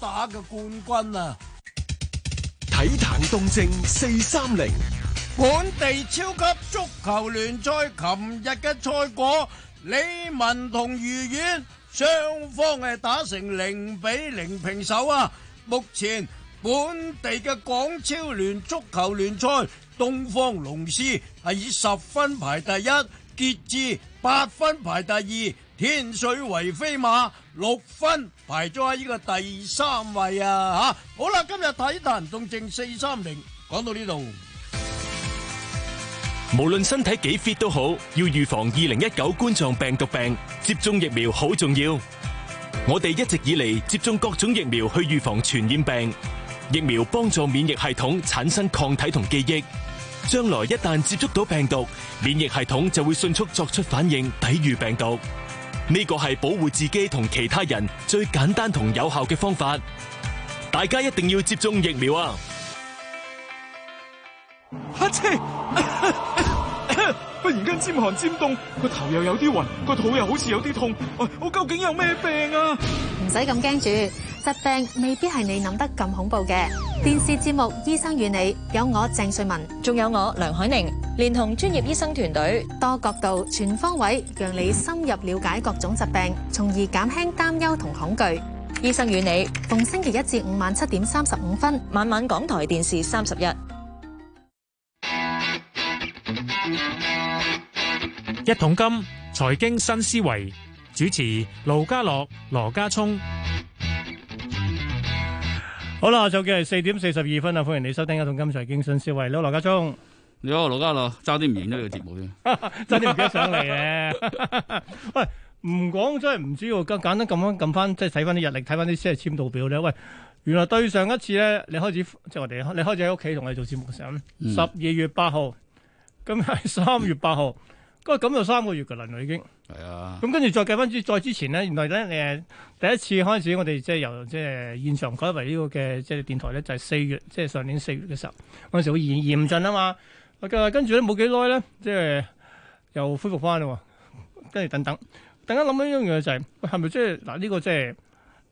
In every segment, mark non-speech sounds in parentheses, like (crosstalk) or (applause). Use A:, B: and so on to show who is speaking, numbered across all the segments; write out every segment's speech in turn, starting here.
A: 打嘅冠軍啊！
B: 體壇動靜四三零，
A: 本地超級足球聯賽琴日嘅賽果，李文同愉園雙方係打成零比零平手啊！目前本地嘅港超聯足球聯賽，東方龍獅係以十分排第一，傑志八分排第二，天水圍飛馬六分排咗喺呢個第三位啊！吓，好啦，今日體壇動靜四三零，講到呢度。
C: 無論身體幾 fit 都好，要預防二零一九冠狀病毒病，接種疫苗好重要。我哋一直以嚟接種各種疫苗去預防傳染病，疫苗幫助免疫系統產生抗體同記憶。將來一旦接觸到病毒，免疫系統就會迅速作出反應，抵禦病毒。呢個係保護自己同其他人最簡單同有效嘅方法。大家一定要接種疫苗啊！
D: 哈切！ (laughs) 忽然間尖寒尖凍，個頭又有啲暈，個肚又好似有啲痛。我我究竟有咩病啊？
E: 唔使咁驚住，疾病未必係你諗得咁恐怖嘅。電視節目《醫生與你》有我鄭瑞文，
F: 仲有我梁海寧，連同專業醫生團隊，
E: 多角度、全方位，讓你深入了解各種疾病，從而減輕擔憂同恐懼。
F: 醫生與你，
E: 逢星期一至五晚七點三十五分，
F: 晚晚港台電視三十一。
G: 一桶金財經新思維主持盧家樂、羅家聰，
H: 好啦，下晝嘅係四點四十二分啊！歡迎你收聽一桶金財經新思維。你好，羅家聰，
I: 你好，羅家樂，
H: 啊
I: 爭啲唔影咗呢個節目
H: 啫，真係唔記得上嚟咧。 (laughs) 喂，唔講真係唔知喎，咁簡單撳翻撳翻，即係睇翻啲日曆，睇翻啲先係簽到表咧。喂，原來對上一次咧，你開始即係我哋，你開始喺屋企同我哋做節目嘅時候，十二、嗯、月八號，今日係三月八號。咁就三個月㗎啦，已經。
I: 係啊。
H: 咁跟住再計翻之再之前咧，原來咧誒第一次開始，我哋即係由即係現場改為呢個嘅即係電台咧，就係四月，即係上年四月嘅時候，嗰陣時好嚴嚴陣啊嘛。跟住咧冇幾耐咧，即係又恢復翻啦。跟住等等，突然間諗起一樣嘢就係，喂係咪即係嗱呢個即係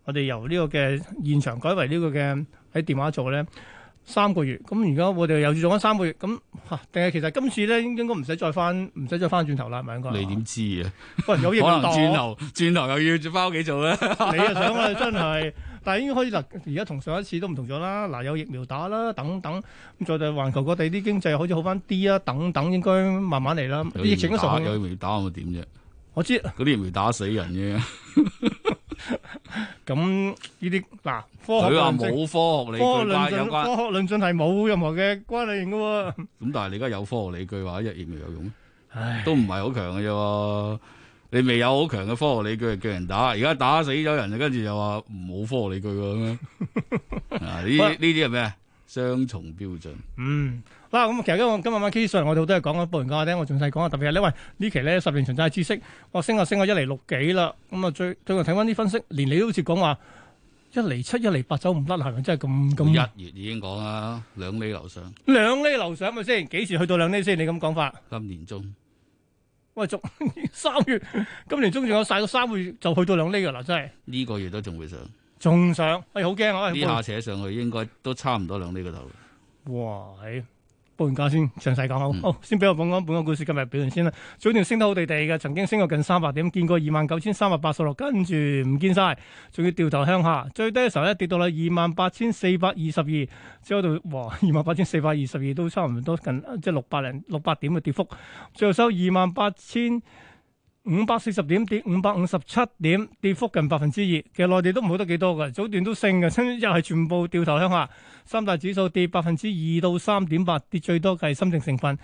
H: 我哋由呢個嘅現場改為呢個嘅喺電話做咧？三個月，咁而家我哋又做咗三個月，咁啊定係其實今次咧應該唔使再翻，唔使再翻轉頭啦，係咪應該？
I: 你點知啊？
H: 喂，有嘢
I: 可能轉頭，轉頭又要翻屋企做咧。 (laughs)
H: 你啊想啊，真係，但係應該開始嗱，而家同上一次都唔同咗啦。嗱，有疫苗打啦，等等，咁再就環球各地啲經濟好似好翻啲啊，等等，應該慢慢嚟啦。疫
I: (laughs)
H: 情都受控，啊
I: 有疫苗打我點啫？
H: 我知
I: 嗰啲疫苗打死人嘅。
H: 咁呢啲嗱， (laughs) 科學
I: 論啊冇科學理據話有關，
H: 科學論盡係冇任何嘅關聯嘅喎。
I: 咁但係你而家有科學理據話一疫苗有用，都唔係好強嘅啫。你未有好強嘅科學理據，叫人打，而家打死咗人，跟住又話冇科學理據咁樣。
H: (laughs)
I: 啊，呢呢啲係咩？雙重標準。
H: 嗯，嗱咁，其實今日今日晚 K 上我哋好多嘢講啦，報完價咧，我仲細講下，特別係呢喂呢期咧十年長債孳息，我升啊升啊一厘六幾啦，咁啊最最近睇翻啲分析，連你都好似講話一厘七、一厘八走唔甩，係咪真係咁咁？
I: 一月已經講啦，兩厘樓上。
H: 兩厘樓上咪先？幾時去到兩厘先？你咁講法？
I: 今年中。
H: 喂，仲 (laughs) 三月，今年中仲有晒個三個月就去到兩厘㗎啦，真係。
I: 呢個月都仲會上。
H: 仲上，哎，好驚啊！
I: 呢下扯上去應該都差唔多兩呢個頭。
H: 哇！報完價先，詳細講好。嗯、好，先俾我講講本個股市今日表現先啦。早段升得好地地嘅，曾經升過近三百點，見過二萬九千三百八十六，跟住唔見晒，仲要掉頭向下。最低嘅時候咧，跌到啦二萬八千四百二十二，之後度哇，二萬八千四百二十二都差唔多近啊即係六百零六百點嘅跌幅，最後收二萬八千。五百四十點跌五百五十七點，跌幅近百分之二。其實內地都唔好得幾多嘅，早段都升嘅，又係全部掉頭向下。三大指數跌百分之二到三點八，跌最多嘅係深證成分。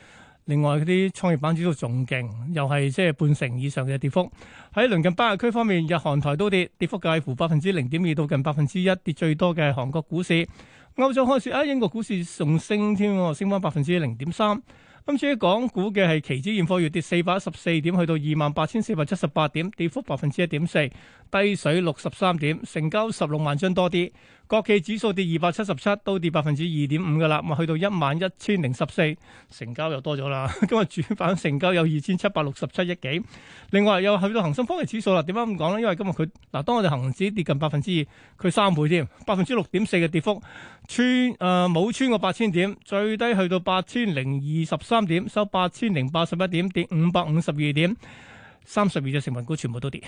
H: 另外嗰啲創業板指數仲勁，又係即係半成以上嘅跌幅。喺鄰近北亞區方面，日韓台都跌，跌幅介乎百分之零點二到近百分之一，跌最多嘅係韓國股市。歐洲開市，啊英國股市仲升添，升翻百分之零點三。咁至於港股嘅係期指現貨，月跌四百一十四點，去到二萬八千四百七十八點，跌幅百分之一點四，低水六十三點，成交十六萬張多啲。國企指數跌二百七十七，都跌百分之二點五噶啦，咪啊去到一萬一千零十四，成交又多咗啦。 (laughs) 今日主板成交有二千七百六十七億幾。另外又去到恒生科技指數啦，點解咁講呢？因為今日佢嗱，當我哋恒指跌近百分之二，佢三倍添，百分之六點四嘅跌幅，穿誒冇、穿過八千點，最低去到八千零二十三點，收八千零八十一點，跌五百五十二點，三十二隻成分股全部都跌。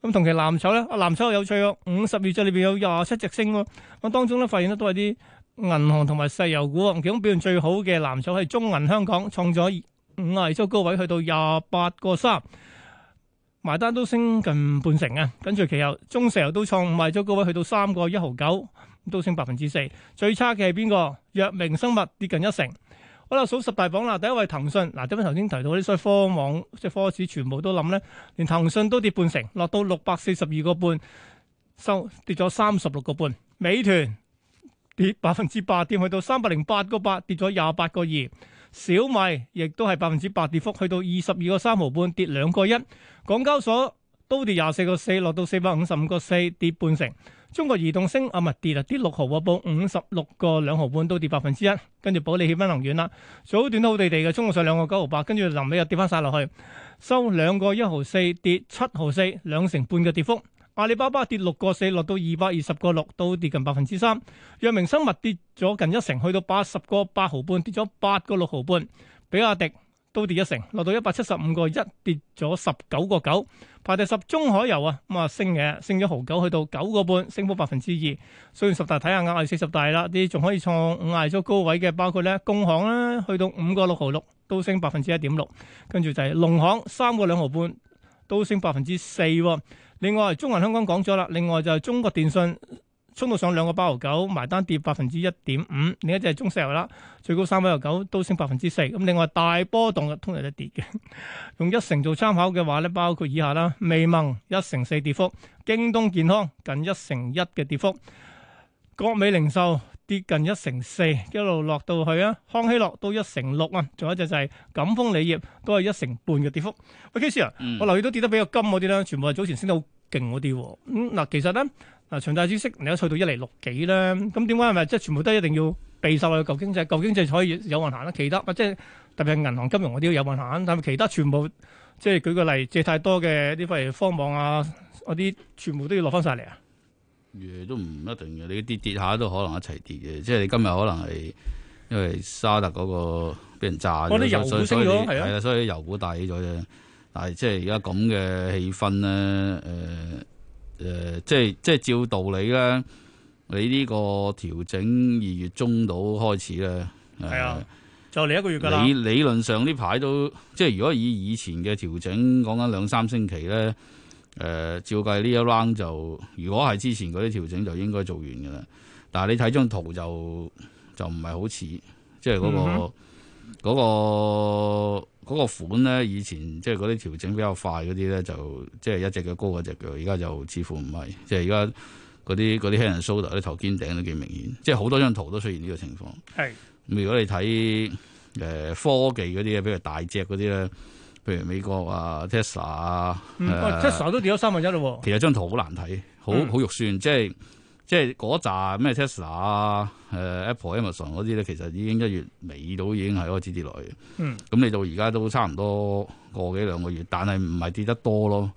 H: 咁同期藍籌咧，啊藍籌有趣喎，五十二隻裏邊有廿七隻升喎。咁當中咧發現咧都係啲銀行同埋石油股喎，其中表現最好嘅藍籌係中銀香港，創咗五啊周高位，去到廿八個三。埋單都升近半成啊！跟住其後中石油都創五賣咗高位，去到三個一毫九，都升百分之四。最差嘅係邊個？藥明生物跌近一成。好啦，數十大榜啦，第一位騰訊。嗱，點解頭先提到啲所謂科網即係科指全部都冧咧？連騰訊都跌半成，落到六百四十二個半，收跌咗三十六個半。美團跌百分之八，跌去到三百零八個八，跌咗廿八個二。小米亦都係百分之八跌幅，去到二十二個三毫半，跌兩個一。港交所都跌廿四個四，落到四百五十五個四，跌半成。中國移動升啊，唔係跌啊，跌六毫啊，報五十六個兩毫半，都跌百分之一。跟住保利協鑫能源啦，早段都好地地嘅，衝到上兩個九毫八，跟住臨尾又跌翻晒落去，收兩個一毫四，跌七毫四，兩成半嘅跌幅。阿里巴巴跌六個四，落到二百二十個六，都跌近百分之三。藥明生物跌咗近一成，去到八十個八毫半，跌咗八個六毫半。比亞迪都跌一成，落到一百七十五個一，跌咗十九個九。排第十中海油啊，咁啊升嘅，升咗毫九，去到九個半，升幅百分之二。雖然十大睇下額外四十大啦，啲仲可以創五捱咗高位嘅，包括咧工行啦，去到五個六毫六，都升百分之一點六。跟住就係農行三個兩毫半，都升百分之四喎。另外，中銀香港講咗啦，另外就係中國電 (laughs) 信衝到上兩個八毫九，埋單跌百分之一點五。另一隻係中石油啦，最高三個一毫九，都升百分之四。咁另外大波動嘅通常都跌嘅，用一成做參考嘅話咧，包括以下啦，微盟一成四跌幅，京東健康近一成一嘅跌幅，國美零售跌近一成四，一路落到去啊，康希諾都一成六啊，仲有一隻就係錦豐鋰業都係一成半嘅跌幅。喂 K 師啊，我留意到跌得比較金嗰啲咧，全部係早前升得好勁嗰啲喎。咁嗱，其實咧，嗱長債孳息你都去到一厘六幾咧，咁點解係咪即係全部都一定要避受啊嘅舊經濟？舊經濟可以有運行啦，其他即係特別係銀行、金融嗰啲有運行，但係其他全部即係舉個例，借太多嘅啲譬如科網啊嗰啲，全部都要落翻晒嚟啊！
I: 嘢都唔一定嘅，你跌跌下都可能一齊跌嘅，即係你今日可能係因為沙特嗰個俾人炸
H: 哦啲
I: 咗，
H: 油股
I: 所以所以
H: 升咗
I: 你
H: 係啊
I: 係啊，所以油股大起咗啫。但係即係而家咁嘅氣氛咧，誒、誒、即係即係照道理咧，你呢個調整二月中到開始咧，誒
H: 係啊就嚟一個月㗎啦
I: 理，理論上呢排都即係如果以以前嘅調整講緊兩三星期咧，誒、照計呢一 round 就如果係之前嗰啲調整就應該做完㗎啦。但係你睇張圖就就唔係好似即係嗰、
J: 嗯
I: 個
J: 哼
I: 嗰、個嗰個款咧，以前即係嗰啲調整比較快嗰啲咧，就即係一隻腳高過一隻腳，而家就似乎唔係，即係而家嗰啲嗰啲 head and shoulder 啲頭肩頂都幾明顯，即係好多張圖都出現呢個情況。
H: 係。
I: 咁如果你睇誒、呃科技嗰啲嘢，比如大隻嗰啲咧，譬如美國啊 Tesla 啊，
H: 嗯
I: 呃
H: 喂，Tesla 都跌咗三分一咯喎。
I: 其實張圖好難睇，好
H: 嗯
I: 好肉酸，即係即係嗰扎咩 Tesla 啊、誒 Apple、Amazon 嗰啲咧，其實已經一月尾到已經係開始跌落去。
H: 嗯
I: 咁你到而家都差唔多個幾兩個月，但係唔係跌得多咯，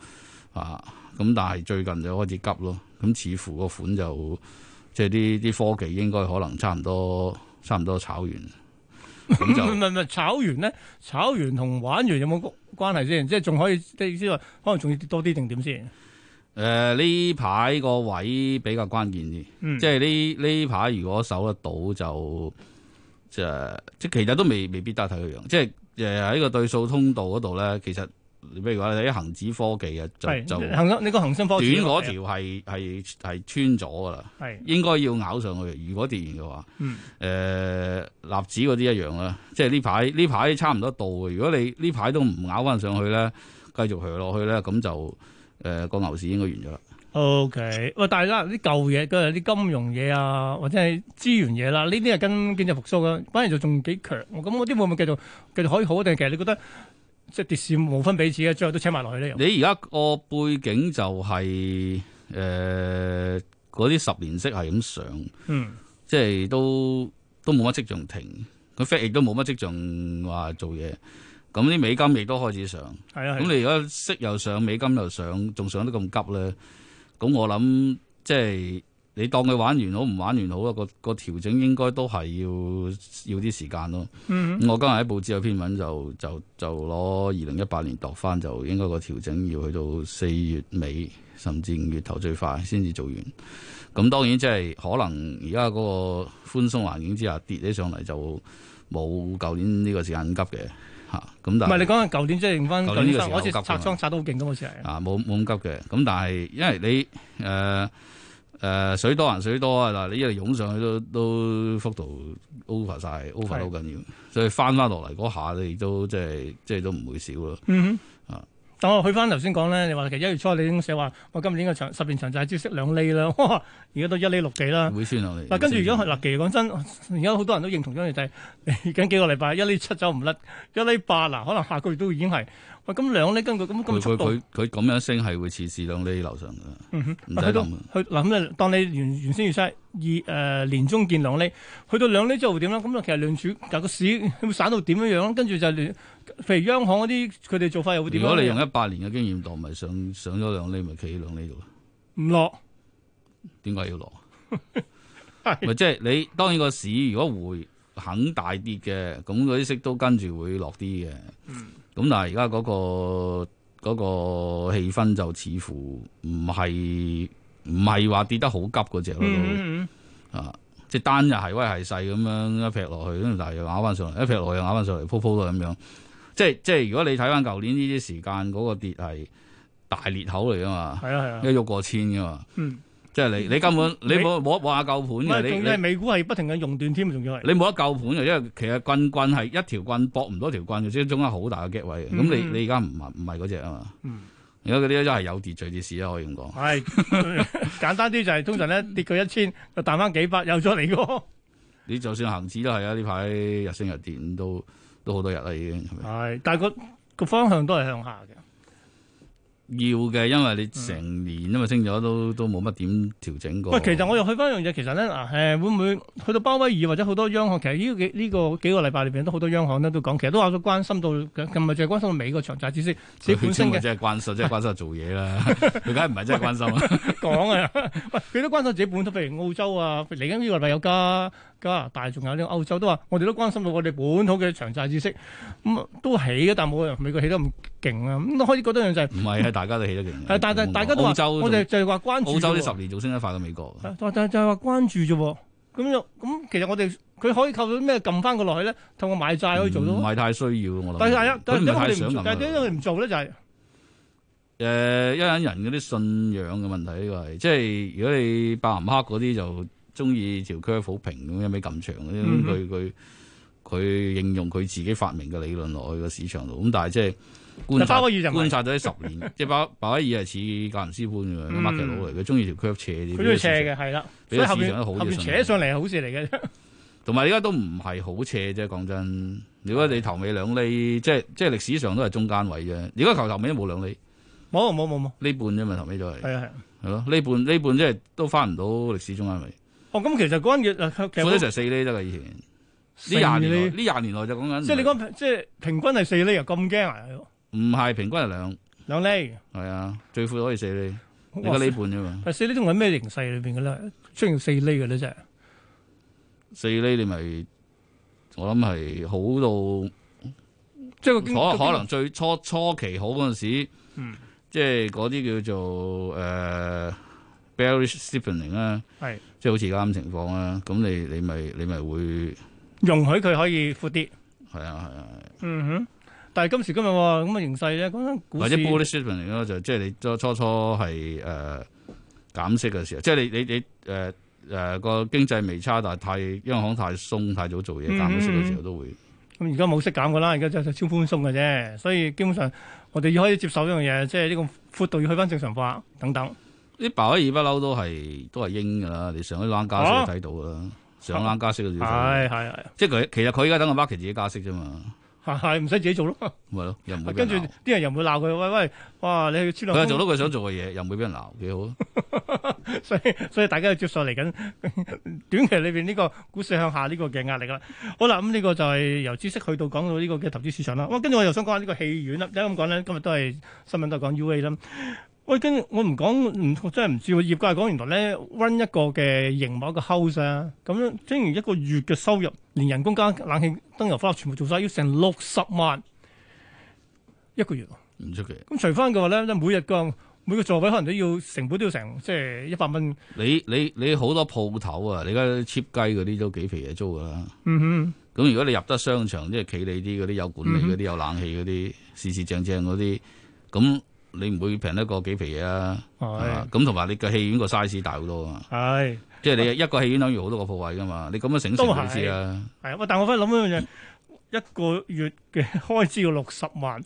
I: 啊，咁但係最近就開始急咯，咁似乎個款就即係啲啲科技應該可能差唔多差唔多炒完，
H: 唔
I: 咁就
H: 係唔係唔係炒完咧，炒完同玩完有冇關係先？即係仲可以即係意思話，可能仲要跌多啲定點先？
I: 誒呃呢排個位比較關鍵啲，
H: 嗯
I: 即係呢呢排如果守得到就即係即係其實都未未必得睇佢樣，即係誒喺個對數通道嗰度咧，其實你譬如話你睇恒指科技啊，就
H: 係
I: 就
H: 恒生你個啊恒生科
I: 短
H: 指
I: 嗰條係係係穿咗噶啦，
H: 係
I: 應該要咬上去。如果跌完嘅話，
H: 嗯
I: 誒納指嗰啲一樣啦，即係呢排呢排差唔多到嘅。如果你呢排都唔咬翻上去咧，繼續去落去咧，咁就誒個、牛市應該完咗啦。
H: O K，喂，但係啦，啲舊嘢，佢係啲金融嘢啊，或者係資源嘢啦，呢啲係跟經濟復甦啦，反而就仲幾強。咁嗰啲會唔會繼續繼續可以好？定係其實你覺得即係跌市無分彼此嘅，最後都扯埋落去咧。又
I: 你而家個背景就係誒嗰啲十年息係咁上，
H: 嗯，
I: 即係都都冇乜跡象停，個 Fed 亦都冇乜跡象話做嘢，咁啲美金亦都開始上，
H: 係啊，係啊
I: 咁你而家息又上，美金又上，仲上得咁急咧，咁我諗即係你當佢玩完好唔玩完好啦，啊個個調整應該都係要要啲時間咯。
H: 嗯
I: 我今日喺報紙有篇文就就就攞二零一八年度翻，就應該個調整要去到四月尾甚至五月頭最快先至做完。咁當然即係可能而家嗰個寬鬆環境之下跌起上嚟就冇舊年呢個時間咁急嘅嚇。咁但
H: 唔係
I: 係
H: 你講緊舊年即係用翻
I: 舊
H: 舊
I: 年呢
H: 年
I: 個
H: 三，
I: 時候
H: 我好似
I: 急㗎
H: 拆
I: 嘛
H: 倉拆得好勁咁，好似係。
I: 啊，冇冇咁急嘅。咁但係因為你誒誒、呃呃水多還水多啊，嗱，你一嚟湧上去都都幅度 over 晒 over 得好緊要，所以翻翻落嚟嗰下你都即係即係都唔會少咯。
H: 嗯哼
I: 啊。
H: 但我去翻頭先講咧，你話其實一月初你已經寫話，我今年嘅長十年長債孳息兩厘啦， (laughs) 哇！而家都一厘六幾啦。
I: 會先落嚟。
H: 嗱，跟住而家
I: 嗯
H: 係嗱，其實講真，而家好多人都認同 (laughs) 咗你哋，嚟緊幾個禮拜一厘七走唔甩，一厘八嗱，可能下個月都已經係喂咁兩厘根據咁
I: 佢
H: 咁速
I: 佢
H: 度，
I: 佢佢咁樣升係會次次兩厘樓上嘅，
H: 嗯哼
I: 唔
H: 嗱
I: 使
H: 去到
I: 諗啊嘅。
H: 去嗱咁你啊當你原原先預測二誒呃年中見兩厘，去到兩厘之後會點啦？咁啊其實聯儲嗱個市會散到點樣樣？跟住就聯譬如央行嗰啲佢哋做法又會點啊
I: 如
H: 樣？
I: 果你用一八年嘅經驗度，咪上上咗兩厘，咪企喺兩厘度咯。
H: 唔落。
I: 點解要落？
H: (laughs) 係
I: 咪即係你當然個市如果回肯大跌嘅，咁嗰啲息都跟住會落啲嘅。咁、
H: 嗯
I: 但係而家嗰個嗰、個氣氛就似乎唔係唔係話跌得好急嗰只咯都。
H: 嗯嗯
I: 啊，即係單日係威係勢咁樣一劈落去，跟住但係又咬翻上嚟，一劈落去又咬翻上嚟，鋪鋪都咁樣。即係即係，如果你睇翻舊年呢啲時間嗰、個跌係大裂口嚟噶
H: 嗯，
I: 嘛，
H: 係啊
I: 一
H: 係啊，
I: 喐過千噶嘛，
H: 嗯，
I: 即係你你根本你
H: 你
I: 冇冇冇下夠
H: 唔
I: 盤嘅，
H: 係啊仲要係
I: 你
H: 美股係不停咁熔斷添，仲要係
I: 你你冇得夠盤嘅，因為其實棍棍係一條棍搏唔多條棍嘅，即係中間好大嘅 gap 位嘅。咁、
H: 嗯
I: 你你而家唔係唔係嗰只啊嘛
H: 嗯，
I: 而家嗰啲都係有秩序嘅市啦，可以咁講。
H: 係 (laughs) 簡單啲就係通常咧跌佢一千就彈翻幾百，又再嚟過。
I: 你就算恒指都係啊，呢排日升日跌咁都都好多日啦已經。係咪
H: 係，但係個個方向都係向下嘅。
I: 要嘅，因為
H: 嗯
I: 你成年啊嘛升咗都都冇乜點調整過。
H: 喂，其實我又去翻一樣嘢，其實咧嗱，誒會唔會去到鮑威爾或者好多央行，其實呢幾呢個幾個禮拜裏邊都好多央行咧都講，其實都話咗關心到，咁咪就係關心到美國長債孳
I: (laughs)
H: 息自己
I: 佢
H: 本
I: 真
H: 身
I: 係
H: 嘅
I: 真係關心，真係關心做
H: (laughs)
I: 嘢啦。佢梗係唔係真係關心啦。
H: 講啊， (laughs) 喂，佢都關心自己本土，譬如澳洲啊，嚟緊呢個禮拜有加加拿大，仲有呢個歐洲都話，我哋都關心到我哋本土嘅長債孳息，咁、啊都起嘅，但冇人美國起得咁勁啊，咁都開始覺得一樣就係、
I: 唔係啊，大家都起得勁嘅。
H: 誒，但係大家都話
I: 澳，洲
H: 我哋就係話關注啫喎。
I: 澳洲呢十年仲升得快過美國。
H: 但但但就係話關注啫喎。咁又咁，其實我哋佢可以靠到咩撳翻佢落去咧？透過買債可以做
I: 唔
H: 到。
I: 係太需要我諗。
H: 但係係啊，但
I: 佢唔
H: 係點解
I: 係
H: 我
I: 太
H: 哋
I: 想
H: 唔做？但係點解
I: 咁
H: 我
I: 啊。
H: 哋唔做咧？就係
I: 誒，因為人嗰啲信仰嘅問題呢個係，即係如果你白林黑嗰啲就中意條 curve 好平咁，一味撳長嗰啲，
H: 嗯
I: 咁佢佢佢應用佢自己發明嘅理論落去個市場度。咁但係即係觀
H: 但
I: 察
H: 鮑。威爾就唔
I: 觀
H: 係，
I: 察咗十年，即係鮑鮑威爾係似格林斯潘咁
H: 嗯
I: 樣 market 佬嚟，佢中意條 curve 斜啲，
H: 佢都要斜嘅，係啦。所
I: 俾
H: 以後邊
I: 個市場都好
H: 後
I: 啲
H: 邊
I: 信
H: 扯
I: 任
H: 上嚟係好事嚟嘅。
I: 同埋而家都唔係好斜啫，講真。如果你頭尾兩厘，即係即係歷史上都係中間位啫。而家球頭尾都冇兩厘，
H: 冇冇冇冇，
I: 呢半啫嘛，頭尾都係
H: 係啊係啊。
I: 係咯，呢半呢半即係都翻唔到歷史中間位。
H: 哦，咁其實嗰陣嘢其
I: 嗰啲
H: 實
I: 就係四厘得啦，以前呢
H: 嗰
I: 廿年來
H: 四
I: 呢廿年來就講緊唔係，
H: 即係你講即係平均係四厘啊，咁驚啊，
I: 唔係平均係兩，
H: 兩厘。
I: 係啊，最闊可以四厘，你
H: 哇
I: 而家呢半啫嘛，
H: 但四厘仲喺咩形勢裏邊嘅咧？出現四厘嘅咧，真係。
I: 四厘你咪我諗係好到。
H: 即係個經
I: 可
H: 個
I: 可能最初初期好嗰陣時，
H: 嗯
I: 即係嗰啲叫做誒、bearish steepening 啦，
H: 係
I: 即係好似而家咁情況啦。咁你你咪你咪會
H: 容許佢可以闊啲。
I: 係啊係啊，
H: 嗯哼，但係今時今日喎咁嘅形勢咧，講緊股市
I: 或者 bullish steepening 咯，就即係你初初初係誒、呃減息嘅時候，即係你你你誒誒個經濟未差，但係太央行太鬆太早做嘢
H: 嗯
I: 減咗息嘅時候都會。
H: 咁而家冇息減噶啦，而家就就超寬鬆嘅啫，所以基本上我哋要可以接受一樣嘢，即係呢個闊度要去翻正常化等等。
I: 啲鮑威爾不嬲都係都係英㗎啦，你上一冷加
H: 哦
I: 息都
H: 啊
I: 睇到㗎啦，上冷加息嘅時候都睇到㗎啦。
H: 係係係
I: 即係佢其實佢而家等個 market 自己加息啫嘛，
H: 係唔使自己做咯。
I: 咪咯，又唔會俾
H: 啊跟
I: 人
H: 住
I: 鬧。
H: 啲人又唔會鬧佢，喂喂，哇！你去穿
I: 佢
H: 兩
I: 又做到佢想做嘅嘢，又唔會俾人鬧，幾好啊！
H: 所以所以大家要接受嚟緊 (laughs) 短期裏邊呢個股市向下呢個嘅壓力啦。好啦，咁、呢個就係由知識去到講到呢個嘅投資市場啦。哇，跟住我又想講下呢個戲院啦。點解咁講咧？今日都係新聞都係講 U A 啦。喂，跟住我唔講，唔真係唔知喎。業界講原來咧 run 一個嘅熒幕一個 house 啊，咁樣正如一個月嘅收入，連人工加冷氣、燈油火蠟全部做晒，要成六十萬一個月。(laughs)
I: 唔出奇。
H: 咁除翻嘅話咧，每日個每個座位可能都要成本都要成即係一百蚊。
I: 你你你好多鋪頭啊，你而家 cheap 雞嗰啲都幾皮嘢租噶啦。
H: 嗯哼。嗯
I: 咁如果你入得商場，即係企理啲嗰啲有管理嗰啲、有冷氣嗰啲、事事正正嗰啲，咁你唔會平得過幾皮嘢啊？係嘛
H: 係
I: 咁同埋你個戲院個 size 大好多啊，
H: 係
I: 即係你一個戲院等於好多個鋪位噶嘛。你咁樣醒成你知啦。
H: 係啊！喂，但我翻去諗一樣嘢，一個月嘅開支要六十萬。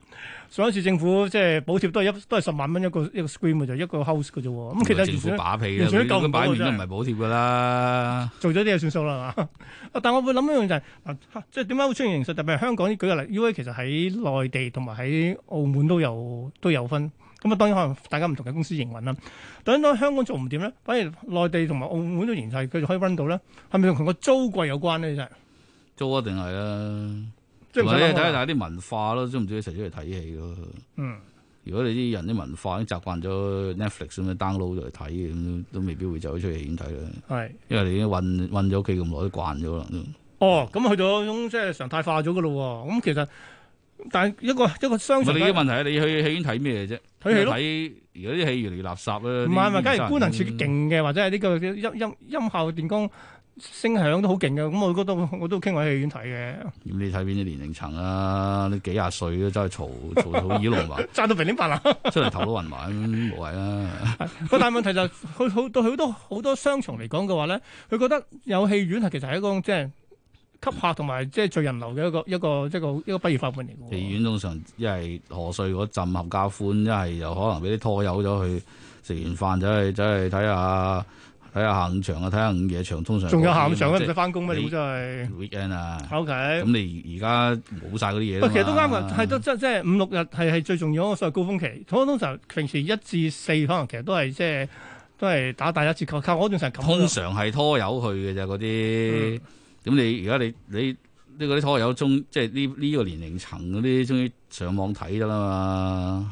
H: 上一次政府即係補貼都係一都係十萬蚊一個一個 screen 嘅啫，一個 house 嘅啫喎。咁其實
I: 啊政
H: 完
I: 府
H: 全
I: 把屁啦，
H: 完全都
I: 佢
H: 救
I: 咁
H: 唔到啊
I: 擺面都
H: 真
I: 唔
H: 係
I: 係補貼噶啦。
H: 做咗啲嘢算數啦係嘛。 (laughs) 啊但我會諗一樣就係、嗱 (laughs) 即係點解會出現形勢？特別係香港呢舉個例，U A 其實喺內地同埋喺澳門都有都有分。咁啊，當然可能大家唔同嘅公司營運啦。但係香港做唔掂咧，反而內地同埋澳門都形勢佢就可以 run 到咧，係咪同個租貴有關咧？真係
I: 租啊一定係啦，
H: 即係
I: 同
H: 唔
I: 埋
H: 使
I: 你
H: 諗
I: 睇下
H: 啊
I: 大家啲文化咯，中唔中意一齊出嚟睇戲咯？
H: 嗯。
I: 如果你啲人啲文化已經習慣咗 Netflix 咁樣 download 咗嚟睇嘅，咁都未必會走出去戲院睇啦。
H: 係。
I: 因為你已經混混咗屋企咁耐，都慣咗啦。都
H: 哦，咁去到一種即係常態化咗嘅咯喎。咁其實但係一個一個商場
I: 我哋嘅問題係你去戲院睇咩啫？
H: 睇戲咯
I: 睇而家啲戲越嚟越垃圾啦。
H: 唔係唔係，
I: 啲嗯
H: 假如官能刺激勁嘅，或者係呢個音音音效電光聲響都好勁嘅，咁我覺得我都傾過喺戲院睇嘅，
I: 咁你睇邊啲年齡層啊？你幾廿歲都真係嘈
H: (laughs)
I: 嘈到耳聾埋，
H: 賺到平點辦啦。
I: 出嚟頭都暈埋，咁冇謂啦。
H: 個 (laughs) 但係問題就係佢好對好多好多商場嚟講嘅話咧，佢覺得有戲院係其實係一個即係吸客同埋即係聚人流嘅一個一個一個一個不二法門嚟嘅喎。
I: 戲院通常一係賀歲嗰陣合家歡，一係又可能俾啲拖友咗去食完飯走去走去睇下睇下下午場啊，睇下午夜場。通常
H: 仲有下午場咧，唔使
I: 即係
H: 翻工咩？你估真係
I: weekend 啊。
H: O K。
I: 咁你而家冇晒嗰啲嘢啦
H: 喂，
I: 啊嘛
H: 其實都啱嘅，係都即即係五六日係係最重要嗰個所謂高峰期。通通常平時一至四可能其實都係即係都係打打一折扣，靠我嗰嗯段時間
I: 通
H: 咁
I: 常係拖友去嘅咋嗰啲。咁你而家你你呢個啲拖友中即係呢呢個年齡層嗰啲，終於上網睇得啦嘛。
H: 嗯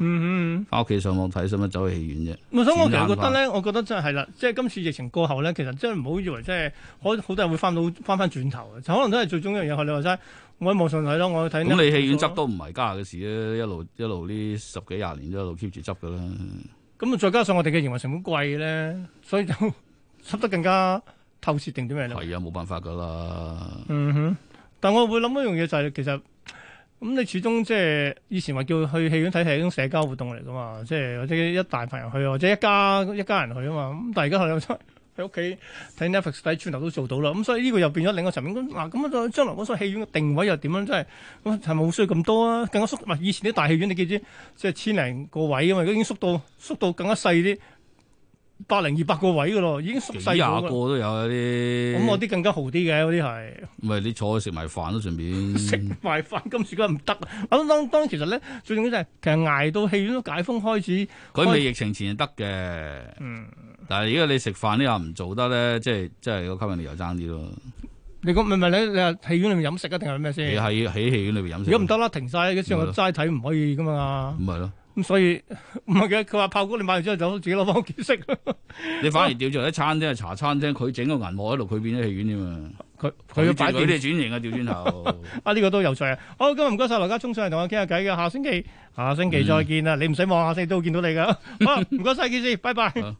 H: 嗯
I: 翻屋企上網睇，使乜走去戲院啫？
H: 嗯，所以我其實
I: 展覽
H: 覺得咧，我覺得真係係啦，即係今次疫情過後咧，其實真係唔好以為即係可好多人會翻到翻翻轉頭嘅，就可能都係最終一樣嘢。學你話齋，我喺網上睇咯，我睇
I: 咁你
H: Netflix
I: 戲院
H: 咯
I: 執都唔係家下嘅事啦，一路一路呢十幾廿年都一路 keep 住執噶啦。
H: 咁啊再加上我哋嘅營運成本貴咧，所以就 (laughs) 執得更加透徹定啲咩咧？
I: 係啊，冇辦法噶啦。
H: 嗯哼，但我會諗一樣嘢就係、其實咁、你始終即係以前話叫去戲院睇戲係一種社交活動嚟噶嘛，即係或者一大群人去，或者一家一家人去啊嘛。咁但係而家係有真係 (laughs) 喺屋企睇 Netflix 睇轉頭都做到啦。咁所以呢個又變咗另一個層面。咁嗱咁啊，將來嗰所戲院嘅定位又點樣？真係咁係咪好需要咁多啊？更加縮唔係以前啲大戲院你記唔知即係千零個位啊嘛，而家已經縮到縮到更加細啲，百零二百個位噶咯，已經縮
I: 幾
H: 細
I: 廿
H: 咗
I: 個
H: 㗎。
I: 都有有啲。
H: 咁我啲更加豪啲嘅嗰啲係。
I: 唔係你坐去食埋飯都順
H: (laughs) 食
I: 便。
H: 埋飯今時今日唔得。咁當當然其實咧，最重要就係其實捱到戲院都解封開始，
I: 佢未疫情前就得嘅，
H: 嗯，
I: 但係而家你食飯呢下唔做得咧，即係即係個吸引力又爭啲咯。
H: 你講唔係唔係你你話戲院裏面飲食啊定嗯係咩
I: 你
H: 先？
I: 喺喺戲院裏邊飲
H: 如
I: 食，
H: 果唔得啦，停晒，嘅時候
I: 咪
H: 我
I: 咯
H: 齋睇唔可以噶嘛。
I: 唔係咯？
H: 咁所以 (laughs) 唔係嘅，佢話炮谷你買完之後就自己攞翻屋企食。
I: 你反而調咗喺餐廳、茶餐廳，佢整個銀幕喺度，佢變咗戲院啫嘛。
H: 佢 (laughs) 佢
I: 佢
H: 要
I: 轉
H: 擺
I: 佢
H: 電
I: 哋轉型啊，調轉頭。
H: 啊，呢個都有趣啊！好，今日唔該晒羅家聰上嚟同我傾下偈嘅，嗯啊 (laughs) 下星期下星期再見啦。你唔使望，下星期都會見到你噶。好，唔該晒，幾先，拜拜。
I: 好